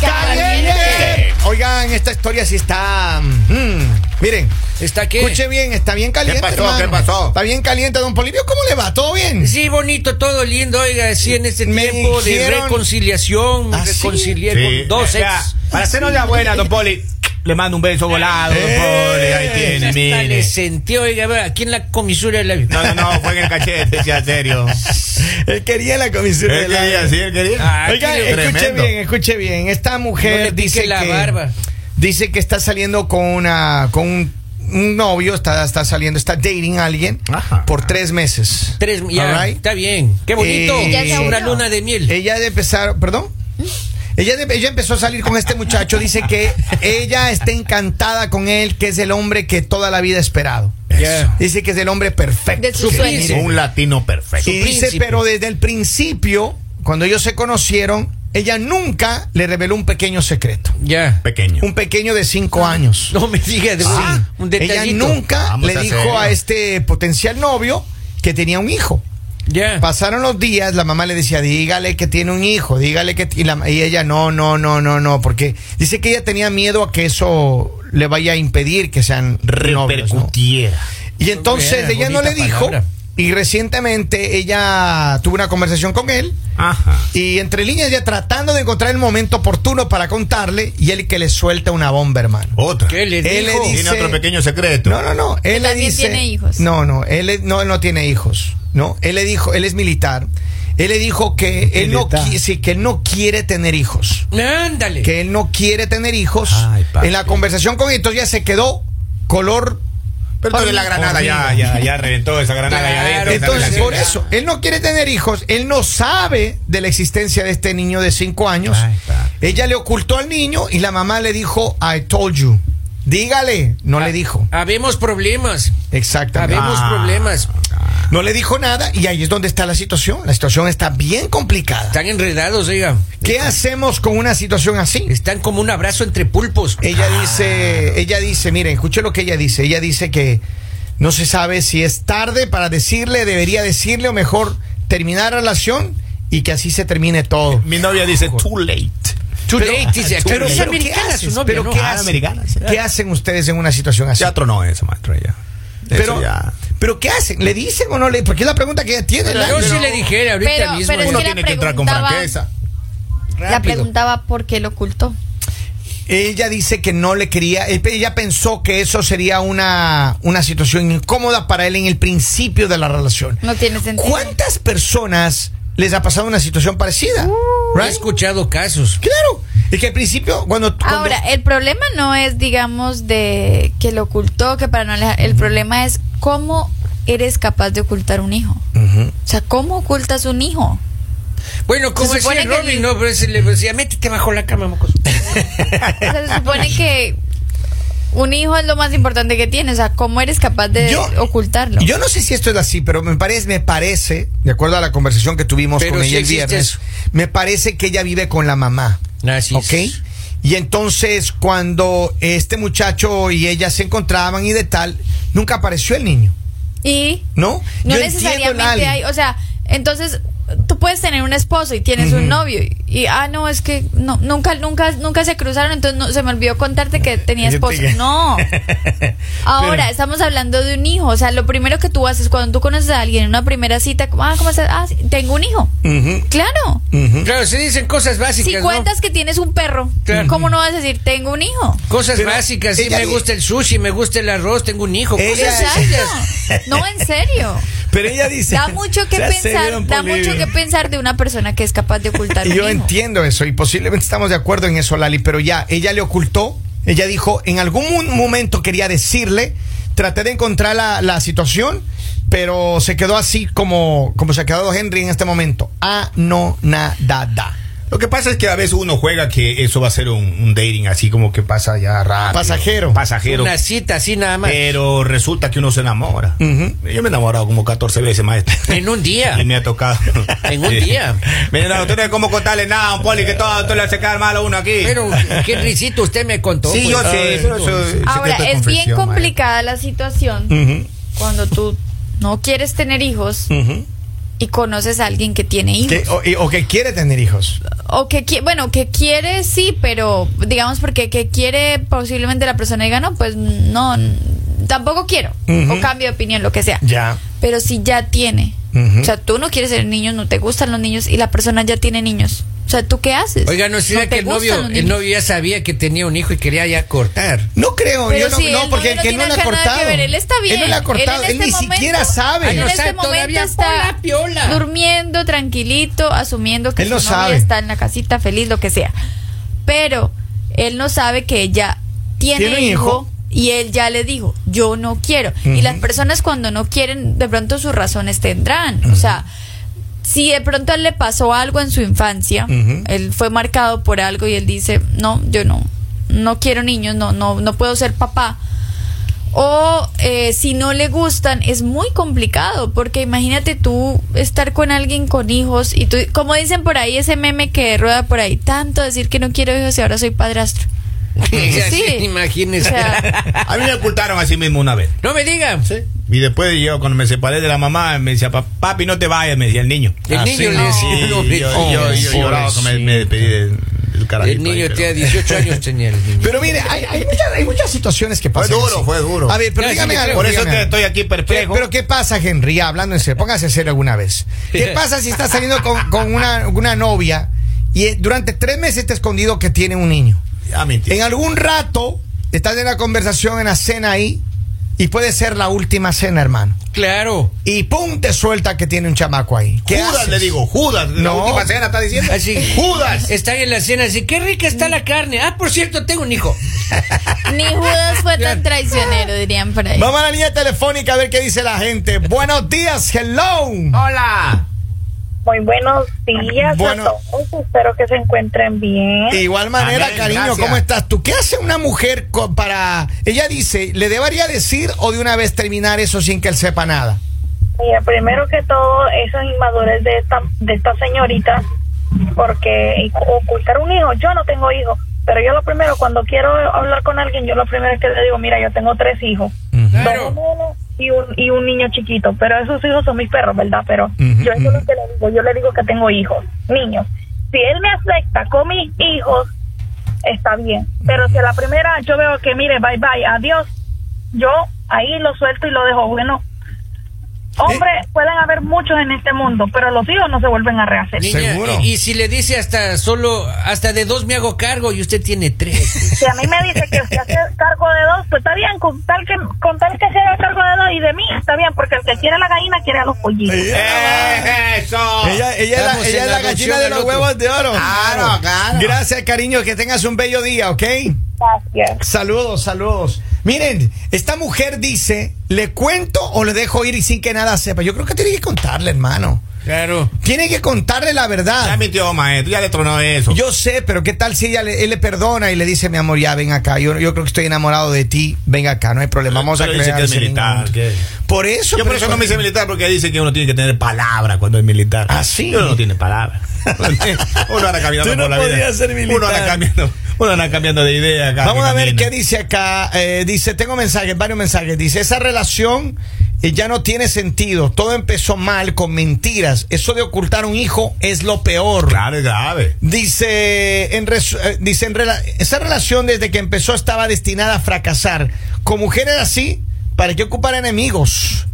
caliente. Oigan, esta historia sí está. mm, miren, ¿Está qué? escuche bien, está bien caliente. pasó? hermano. ¿Qué pasó? Está bien caliente, don Polivio. ¿Cómo le va? ¿Todo bien? Sí, bonito, todo lindo, oiga, sí, en este Me tiempo de dijeron- reconciliación, ¿Ah, sí? reconciliar Sí. con dos ex. Ya, para hacernos la buena, don Poli, le mando un beso volado, don Poli. Ahí Eh, Ya tiene, hasta mire. le sentí, oiga, a ver, aquí en la comisura del labio. No, no, no, fue en el cachete, sea serio. Él quería la comisión de Él la- ¿eh? quería, sí, él quería. Ah, Oiga, qué escuche tremendo. bien, escuche bien. Esta No mujer le pique dice la que barba. dice que está saliendo con una con un, un novio, está está saliendo, está dating a alguien Ajá. por tres meses. Tres, ya, Alright. está bien, qué bonito, Eh, Ya se una aburrió. luna de miel. Ella de empezar, perdón. Ella, de- ella empezó a salir con este muchacho, dice que ella está encantada con él, que es el hombre que toda la vida ha esperado. Ya. Dice que es el hombre perfecto. De sus Que- sueños. príncipe. Un latino perfecto. Y dice, príncipe. pero desde el principio, cuando ellos se conocieron, ella nunca le reveló un pequeño secreto. Ya. Pequeño. Un pequeño de cinco años. No me digas, de Ah, un ella detallito. nunca Vamos le a dijo hacerlo. a este potencial novio que tenía un hijo. Ya. Pasaron los días, la mamá le decía, dígale que tiene un hijo, dígale que... Y, la- y ella, no, no, no, no, no, porque dice que ella tenía miedo a que eso le vaya a impedir que sean novios, ¿no? Repercutiera. Y entonces Bien, ella no le bonita dijo, palabra. y recientemente ella tuvo una conversación con él, Ajá. y entre líneas ya tratando de encontrar el momento oportuno para contarle, y él que le suelta una bomba, hermano. Otra. ¿Qué le Él le dijo? dice- Tiene otro pequeño secreto. No, no, no. Él le también dice. tiene hijos. No, no. Él le- no, él no tiene hijos. No. Él le dijo, él es militar. Él le dijo que él no, Militar. qui- sí, que él no quiere tener hijos. Ándale. Que él no quiere tener hijos. Ay, papi. en la conversación con él, entonces ya se quedó color. Pero entonces la granada ya, ya, ya reventó esa granada allá adentro. Claro. esa Entonces, relación. por eso, él no quiere tener hijos, él no sabe de la existencia de este niño de 5 años. Ay, papi. Ella le ocultó al niño y la mamá le dijo, I told you. Dígale, no Ah. le dijo. Habemos problemas. Exactamente. Habemos Ah. problemas. No le dijo nada y ahí es donde está la situación. La situación está bien complicada. Están enredados, oiga. ¿Qué hacemos con una situación así? Están como un abrazo entre pulpos. Ella dice, ella dice, miren, escuche lo que ella dice. Ella dice que no se sabe si es tarde para decirle, debería decirle o mejor terminar la relación y que así se termine todo. Mi novia dice, too late. Too Pero- late, dice. pero- Pero, es pero ¿qué americana haces? su novia, Pero ¿no? ¿qué Ah, haces? americana, sí. ¿Qué hacen ustedes en una situación así? Teatro no es, maestro, ya. Pero, Eso ya. pero ¿qué hacen? ¿Le dicen o no le? Porque es la pregunta que ella tiene. Pero ¿verdad? yo sí le dijera ahorita Pero- mismo. pero es oiga. Uno que la tiene que entrar con preguntaba- franqueza. La preguntaba por qué lo ocultó. Ella dice que no le quería, él- ella pensó que eso sería una, una situación incómoda para él en el principio de la relación. No tiene sentido. ¿Cuántas personas les ha pasado una situación parecida? He Right? escuchado casos. Claro. Es que al principio, cuando... cuando- Ahora, eh, el problema no es, digamos, de que lo ocultó, que para no alejar. El problema es cómo eres capaz de ocultar un hijo. O sea, ¿cómo ocultas un hijo? Bueno, como Se supone decía que Robin, el- ¿no? Pero ese le decía, métete bajo la cama, mocos. O sea, se supone que un hijo es lo más importante que tienes. O sea, ¿cómo eres capaz de ocultarlo? Yo no sé si esto es así, pero me parece, me parece, de acuerdo a la conversación que tuvimos Pero con sí ella el existe viernes, eso. me parece que ella vive con la mamá. Así ¿Ok? es. Y entonces cuando este muchacho y ella se encontraban y de tal, nunca apareció el niño, y ¿no? no Yo entiendo, Lali. necesariamente hay, o sea, entonces tú puedes tener un esposo y tienes un novio y, y, ah no es que no nunca nunca nunca se cruzaron entonces no, se me olvidó contarte que Yo tenía te esposo dije. no ahora estamos hablando de un hijo o sea lo primero que tú haces cuando tú conoces a alguien en una primera cita como, ah cómo estás ah sí, tengo un hijo Ujú. claro Mm. Claro, se dicen cosas básicas, si ¿no? cuentas que tienes un perro Claro. cómo no vas a decir tengo un hijo Cosas Pero básicas, sí, ella me di- gusta el sushi, me gusta el arroz, tengo un hijo. Ella- cosas Exacto. sencillas. no en serio Pero ella dice. da mucho que "Sea pensar serio, don da Polibio". mucho que pensar de una persona que es capaz de ocultar Y un Yo hijo. entiendo eso y posiblemente estamos de acuerdo en eso, Lali, pero ya, ella le ocultó, ella dijo, en algún mu- momento quería decirle, traté de encontrar la, la situación, pero se quedó así como, como se ha quedado Henry en este momento. Ah, no, nada, da. Lo que pasa es que a veces uno juega que eso va a ser un, un dating así como que pasa ya rápido. Pasajero. Pasajero. Una cita así nada más. Pero resulta que uno se enamora. Ujú. Yo me he enamorado como 14 veces, maestro. En un día. Y me ha tocado. En un Sí. día. Mira, no, usted no hay cómo contarle nada a un poli que todo, todo le hace quedar mal a uno aquí. Pero, qué risito usted me contó. sí, pues. yo sé. Ay, pero no. eso es secreto de Ahora, es bien confesión, complicada la situación cuando tú no quieres tener hijos, y conoces a alguien que tiene hijos. Que- o, y- o que quiere tener hijos. O que qui- bueno, que quiere sí, pero digamos porque que quiere posiblemente la persona diga, no, pues no, n- tampoco quiero. Ujú. O cambio de opinión, lo que sea. Ya. Pero si ya tiene. Ujú. O sea, tú no quieres ser niño, no te gustan los niños y la persona ya tiene niños. O sea, ¿tú qué haces? Oiga, no será te que el gustan novio, los el niños. novio ya sabía que tenía un hijo y quería ya cortar. No creo, Pero yo no, si no, el porque novio él no que no tiene le ha acá nada que cortado. ver, él está bien. Él no le ha Él en cortado, él, este ni momento- siquiera sabe. Ah, Él no en sabe, este momento todavía está pola, piola. durmiendo tranquilito, asumiendo que Él su no novia sabe. está en la casita feliz, lo que sea. Pero él no sabe que ella tiene, ¿Tiene un hijo, hijo? y él ya le dijo, yo no quiero. Ujú. Y las personas cuando no quieren, de pronto sus razones tendrán. O sea, si de pronto a él le pasó algo en su infancia, Ujú. él fue marcado por algo y él dice, no, yo no, no quiero niños, no, no, no puedo ser papá. O eh, si no le gustan, es muy complicado, porque imagínate tú estar con alguien con hijos y tú, como dicen por ahí, ese meme que rueda por ahí, tanto decir que no quiero hijos y ahora soy padrastro. Sí. O Imagínese. sea, A mí me ocultaron así mismo una vez. no me diga. Y después yo, cuando me separé de la mamá, me decía, "Pa- papi, no te vayas, me decía el niño. El Ah, niño sí, le no. decía, Sí, yo, hombre. yo- yo lloraba cuando me, me despedí del, del carajito. el niño ahí, pero- tenía 18 años, tenía el niño. Pero mire, hay, hay muchas, hay muchas situaciones que Fue pasan. duro, así. fue duro. A ver, pero Ya, sí, dígame yo creo. algo. Por eso dígame que algo. estoy aquí perplejo. Pero ¿qué pasa, Henry? Hablando en serio, póngase a serio alguna vez. ¿Qué pasa si estás saliendo con, con una, una novia y eh, durante tres meses te ha escondido que tiene un niño? Ah, mentira. En algún rato estás en la conversación, en la cena ahí, y puede ser la última cena, hermano. Claro. Y pum, te suelta que tiene un chamaco ahí. ¿Qué Judas haces? le digo, Judas. La No. última cena está diciendo. Así. Judas. Están en la cena así, qué rica está la carne. Ah, por cierto, tengo un hijo. ni Judas fue tan traicionero, dirían por ahí. Vamos a la línea telefónica a ver qué dice la gente. Buenos días, hello. Hola. Muy buenos días Bueno. a todos. Espero que se encuentren bien. De igual manera, Amén, cariño, gracias. ¿cómo estás tú? ¿Qué hace una mujer co- para... Ella dice, ¿le debería decir o de una vez terminar eso sin que él sepa nada? Mira, eh, primero que todo, esas inmadurez de esta, de esta señorita, porque ocultar un hijo, yo no tengo hijos, pero yo lo primero, cuando quiero hablar con alguien, yo lo primero es que le digo, mira, yo tengo tres hijos, dos Claro. nenes y un, y un niño chiquito, pero esos hijos son mis perros, ¿verdad? Pero Ujú, yo eso es lo que le digo, yo le digo que tengo hijos, niños. Si él me acepta con mis hijos, está bien, pero si a la primera yo veo que, mire, bye bye, adiós, yo ahí lo suelto y lo dejo, bueno. Hombre, pueden haber muchos en este mundo, pero los hijos no se vuelven a rehacer. Niña, Seguro. Y, y si le dice hasta solo, hasta de dos me hago cargo y usted tiene tres. Si a mí me dice que se hace cargo de dos, pues está bien, con tal que, con tal que se haga cargo de dos y de mí, está bien, porque el que quiere la gallina quiere a los pollitos. Eso. Ella, ella es la, Estamos ella en es la la gallina adopción de del los otro. huevos de oro. Claro, claro. Gracias, cariño, que tengas un bello día, ¿ok? Gracias. Saludos, saludos. Miren, esta mujer dice, ¿le cuento o le dejo ir y sin que nada sepa? Yo creo que tiene que contarle, hermano. Claro. Tiene que contarle la verdad. Ya mintió, maestro. Ya le tronó eso. Yo sé, pero ¿qué tal si ella le, él le perdona y le dice, mi amor, ya ven acá, yo, yo creo que estoy enamorado de ti, ven acá, no hay problema, vamos a Pero Eh, dice crear que es ese militar, niño. que- Por eso... Yo por pero eso no me hice militar porque dice que uno tiene que tener palabra cuando es militar. Ah, ¿sí? Uno no tiene palabra. uno anda cambiando Tú no por la vida. podías ser Uno militar. anda cambiando, uno anda cambiando de idea. cada Vamos que a ver camina. qué dice acá. eh, dice, tengo mensajes, varios mensajes. Dice, esa relación eh, ya no tiene sentido. Todo empezó mal con mentiras. Eso de ocultar un hijo es lo peor. Claro, es grave. Dice, en resu- eh, dice en rela- esa relación desde que empezó estaba destinada a fracasar. Con mujeres así, ¿para qué ocupar enemigos?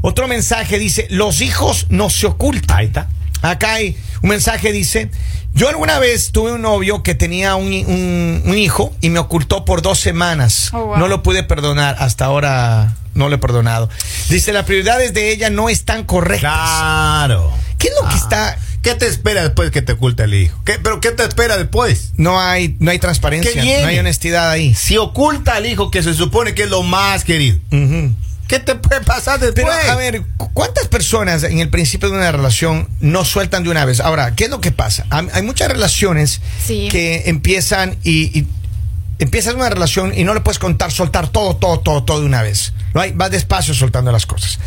Otro mensaje dice, los hijos no se ocultan. Ahí está. Acá hay un mensaje dice, yo alguna vez tuve un novio que tenía un, hi- un- un hijo y me ocultó por dos semanas. Oh, wow. No lo pude perdonar, hasta ahora no lo he perdonado. Dice, las prioridades de ella no están correctas. Claro. ¿Qué es lo que está...? ¿Qué te espera después que te oculta el hijo? ¿Qué- ¿Pero qué te espera después? No hay, no hay transparencia, ¿Qué viene? no hay honestidad ahí. Si oculta al hijo que se supone que es lo más querido, Ujú. ¿qué te puede pasar después? Pero a ver, cu- ¿cuántas personas en el principio de una relación no sueltan de una vez? Ahora, ¿qué es lo que pasa? Am- Hay muchas relaciones Sí. que empiezan y, y empiezas una relación y no le puedes contar, soltar todo, todo, todo, todo de una vez. ¿no? hay? Vas despacio soltando las cosas.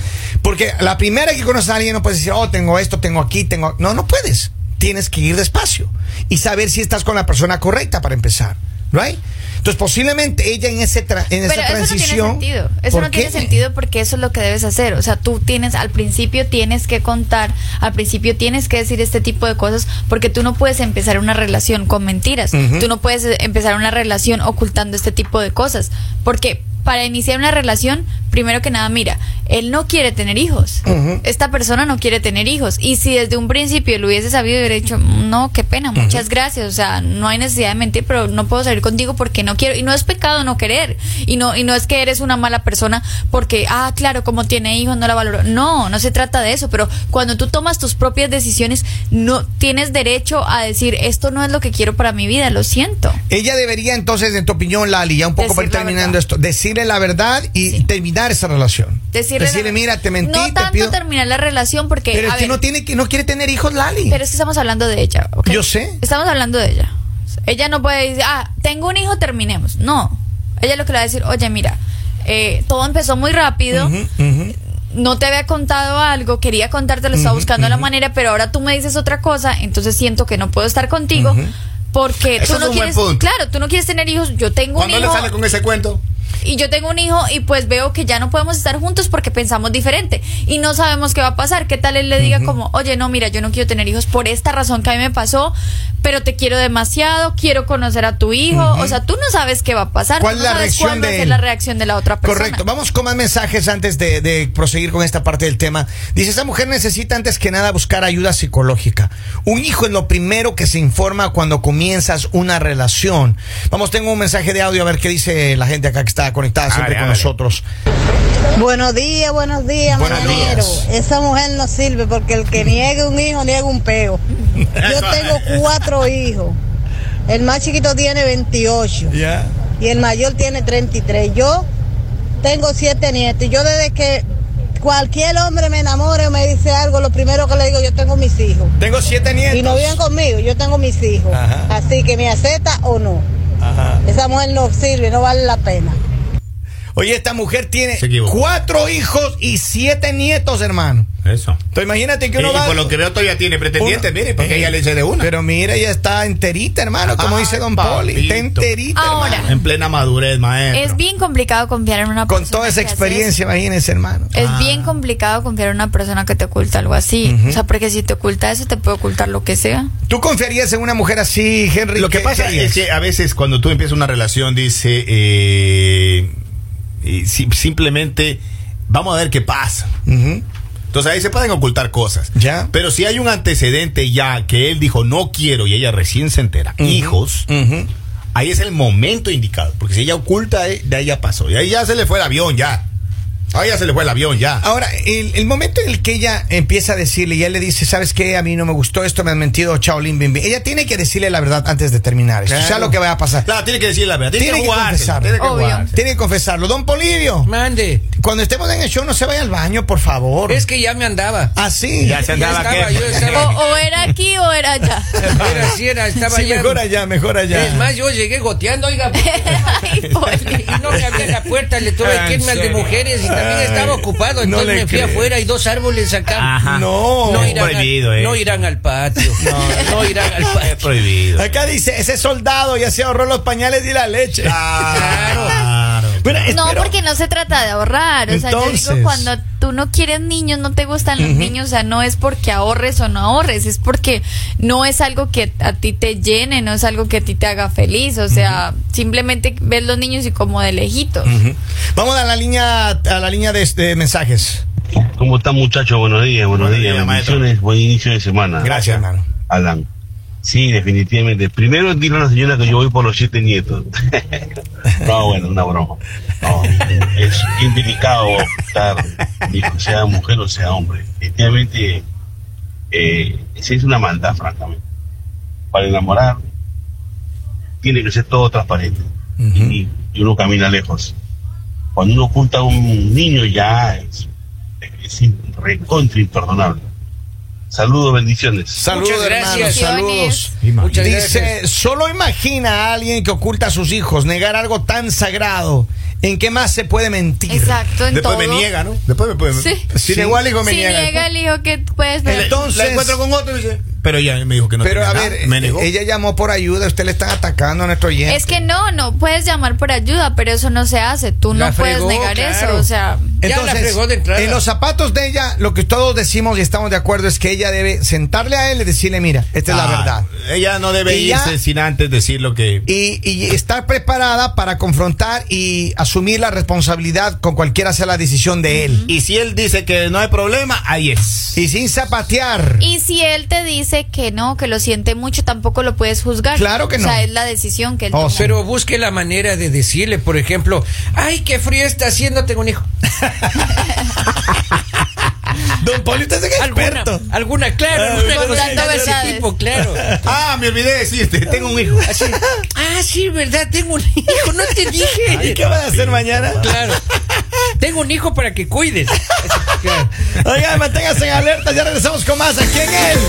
Porque la primera que conoces a alguien no puedes decir, oh, tengo esto, tengo aquí, tengo... No, no puedes. Tienes que ir despacio y saber si estás con la persona correcta para empezar. right? Entonces, posiblemente ella en, ese tra- en Pero esa eso transición. no tiene sentido. Eso ¿por no tiene qué? sentido porque eso es lo que debes hacer. O sea, tú tienes, al principio tienes que contar, al principio tienes que decir este tipo de cosas porque tú no puedes empezar una relación con mentiras. Ujú. Tú no puedes eh, empezar una relación ocultando este tipo de cosas. Porque para iniciar una relación, primero que nada, mira, él no quiere tener hijos. Ujú. Esta persona no quiere tener hijos. Y si desde un principio lo hubiese sabido, hubiera dicho, no, qué pena, muchas gracias. O sea, no hay necesidad de mentir, pero no puedo salir contigo porque no quiero. Y no es pecado no querer. Y no, y no es que eres una mala persona porque, ah, claro, como tiene hijos, no la valoro. No, no se trata de eso. Pero cuando tú tomas tus propias decisiones, no tienes derecho a decir, esto no es lo que quiero para mi vida, lo siento. Ella debería entonces, en tu opinión, Lali, ya un poco Decir para ir la terminando verdad. esto, decirle la verdad y terminar esa relación. Decirle, la- mira, te mentí, No te tanto pido- terminar la relación porque. Pero a es que ver, no tiene que no quiere tener hijos, Lali. Pero es que estamos hablando de ella. ¿ok? Yo sé. Estamos hablando de ella. Ella no puede decir, ah, tengo un hijo, terminemos. No. Ella lo que le va a decir, oye, mira, eh, todo empezó muy rápido. Ujú, ujú. No te había contado algo, quería contártelo, estaba buscando la manera, pero ahora tú me dices otra cosa, entonces siento que no puedo estar contigo porque Eso tú es no un buen quieres, punto. claro, tú no quieres tener hijos, yo tengo Cuando un le hijo sale con ese cuento, y yo tengo un hijo y pues veo que ya no podemos estar juntos porque pensamos diferente y no sabemos qué va a pasar. ¿Qué tal él le diga como, oye, no, mira, yo no quiero tener hijos por esta razón que a mí me pasó, pero te quiero demasiado, quiero conocer a tu hijo? O sea, tú no sabes qué va a pasar. ¿Cuál tú es no la sabes reacción cuál va de a ser él? la reacción de la otra persona. Correcto. Vamos con más mensajes antes de, de proseguir con esta parte del tema. Dice, esa mujer necesita antes que nada buscar ayuda psicológica. Un hijo es lo primero que se informa cuando comienzas una relación. Vamos, tengo un mensaje de audio a ver qué dice la gente acá que está conectada siempre Dale, con dale. nosotros. Buenos días, buenos días, Buenos mañanero. días. Esa mujer no sirve porque el que niegue un hijo niega un peo. Yo tengo cuatro hijos. El más chiquito tiene 28 Ya. y el mayor tiene 33. Yo tengo siete nietos y yo desde que cualquier hombre me enamore o me dice algo, lo primero que le digo, yo tengo mis hijos. Tengo siete nietos. Y no viven conmigo, yo tengo mis hijos. Ajá. Así que me acepta o no. Esa mujer no sirve, no vale la pena. Oye, esta mujer tiene Se equivocó. cuatro hijos y siete nietos, hermano. eso. Entonces imagínate que Y, uno y va... por lo que veo todavía tiene pretendientes, Uno- Eh. mire, porque ella le dice de una. Pero mira, ella está enterita, hermano, como Ay, dice Don Pauli. Está papito. enterita, Ahora, hermano. en plena madurez, maestro. Es bien complicado confiar en una Con persona toda esa que hace experiencia, Ah. imagínese, hermano. eso. Es bien complicado confiar en una persona que te oculta algo así. O sea, porque si te oculta eso, te puede ocultar lo que sea. ¿Tú confiarías en una mujer así, Henry? Lo que ¿Qué pasa harías? es que a veces cuando tú empiezas una relación dice eh, y si- simplemente vamos a ver qué pasa. Ujú. Entonces ahí se pueden ocultar cosas. Ya. Pero si hay un antecedente ya que él dijo no quiero y ella recién se entera, hijos, Ujú. ahí es el momento indicado. Porque si ella oculta, eh, de ahí ya pasó. Y ahí ya se le fue el avión, ya. Ahí ya se le fue el avión, ya. Ahora, el, el momento en el que ella empieza a decirle y él le dice, ¿sabes qué? A mí no me gustó esto, me han mentido, chao, Lin Bin Bin". Ella tiene que decirle la verdad antes de terminar esto. Claro. sea lo que vaya a pasar. Claro, tiene que decir la verdad. Tiene, Tiene que que jugársela, confesar. Tiene que Obvio. jugársela. Tiene que confesarlo. Don Polivio, Mande. cuando estemos en el show, no se vaya al baño, por Ah. favor. Es que ya me andaba. Así. Ya se andaba Ya estaba, que- yo O, estaba- o era aquí o era allá. Era así, era, estaba Sí, ya. mejor allá, mejor allá. Es más, yo llegué goteando, oiga. Ay, Poli. Y no me abría la puerta, le tuve Ah, que irme ¿en al de serio? mujeres y también Ay, estaba ocupado. no Entonces le me fui creo. afuera y dos árboles acá. Ajá. No. No Es irán, prohibido, al, eh. no irán al patio. No, irán al Es patio. prohibido. Acá dice, ese soldado ya se ahorró los pañales y la leche. Ah, Claro. Bueno, No, espero- porque no se trata de ahorrar. O sea, yo Entonces. digo, cuando tú no quieres niños, no te gustan los niños, o sea, no es porque ahorres o no ahorres, es porque no es algo que a ti te llene, no es algo que a ti te haga feliz. O sea, simplemente ves los niños y como de lejitos. Ujú. Vamos a la línea, a la línea de, de mensajes. ¿Cómo están muchachos? Buenos días, buenos, Buenos días, días, maestro. bendiciones, buen inicio de semana. Gracias, hermano. Alan. Sí, definitivamente. Primero dile a la señora que yo voy por los siete nietos. no, bueno, una broma. No, es indelicado optar, hijo, sea mujer o sea hombre. Definitivamente, eh, sí es una maldad, francamente. Para enamorar, tiene que ser todo transparente. y, y uno camina lejos. Cuando uno oculta a un niño ya es, es in- recontra imperdonable. Saludos, bendiciones. Saludos, hermano. gracias. Saludos. Muchas Dice, gracias. solo imagina a alguien que oculta a sus hijos, negar algo tan sagrado. ¿En qué más se puede mentir? Exacto, en Después todo. pues me niega, ¿no? Después me puede. Sí. Si le igual hijo me Si niega. niega el hijo que puedes Entonces- La encuentro con otro y dice. Pero ella me dijo que no Pero tenía a nada. ver, me negó. ella llamó por ayuda, usted le están atacando a nuestro oyente. Es que no, no puedes llamar por ayuda, pero eso no se hace. Tú La no fregó, puedes negar claro. eso. O sea, Ya la fregó de entrada. en los zapatos de ella, lo que todos decimos y estamos de acuerdo es que ella debe sentarle a él y decirle, mira, esta es la Ah, verdad. Ella no debe Y ya- irse sin antes decir lo que. Y, y estar preparada para confrontar y asumir la responsabilidad con cualquiera sea la decisión de él. Y si él dice que no hay problema, ahí es. Y sin zapatear. y si él te dice que no, que lo siente mucho, tampoco lo puedes juzgar. Claro que no. O sea, es la decisión que él Oh, tomó. sí. Pero busque la manera de decirle, por ejemplo, ay, qué frío está haciendo, tengo un hijo. Don Poli, usted es Alguna, alguna, claro, alguna Contando grosería de ese verdades. tipo, claro. Ah, me olvidé decirte, tengo un hijo. Así, ah, sí, verdad, tengo un hijo, no te ¿Y dije. qué vas a hacer mañana? Claro. Tengo un hijo para que cuides. Así, claro. Oigan, manténgase en alerta, ya regresamos con más aquí en él.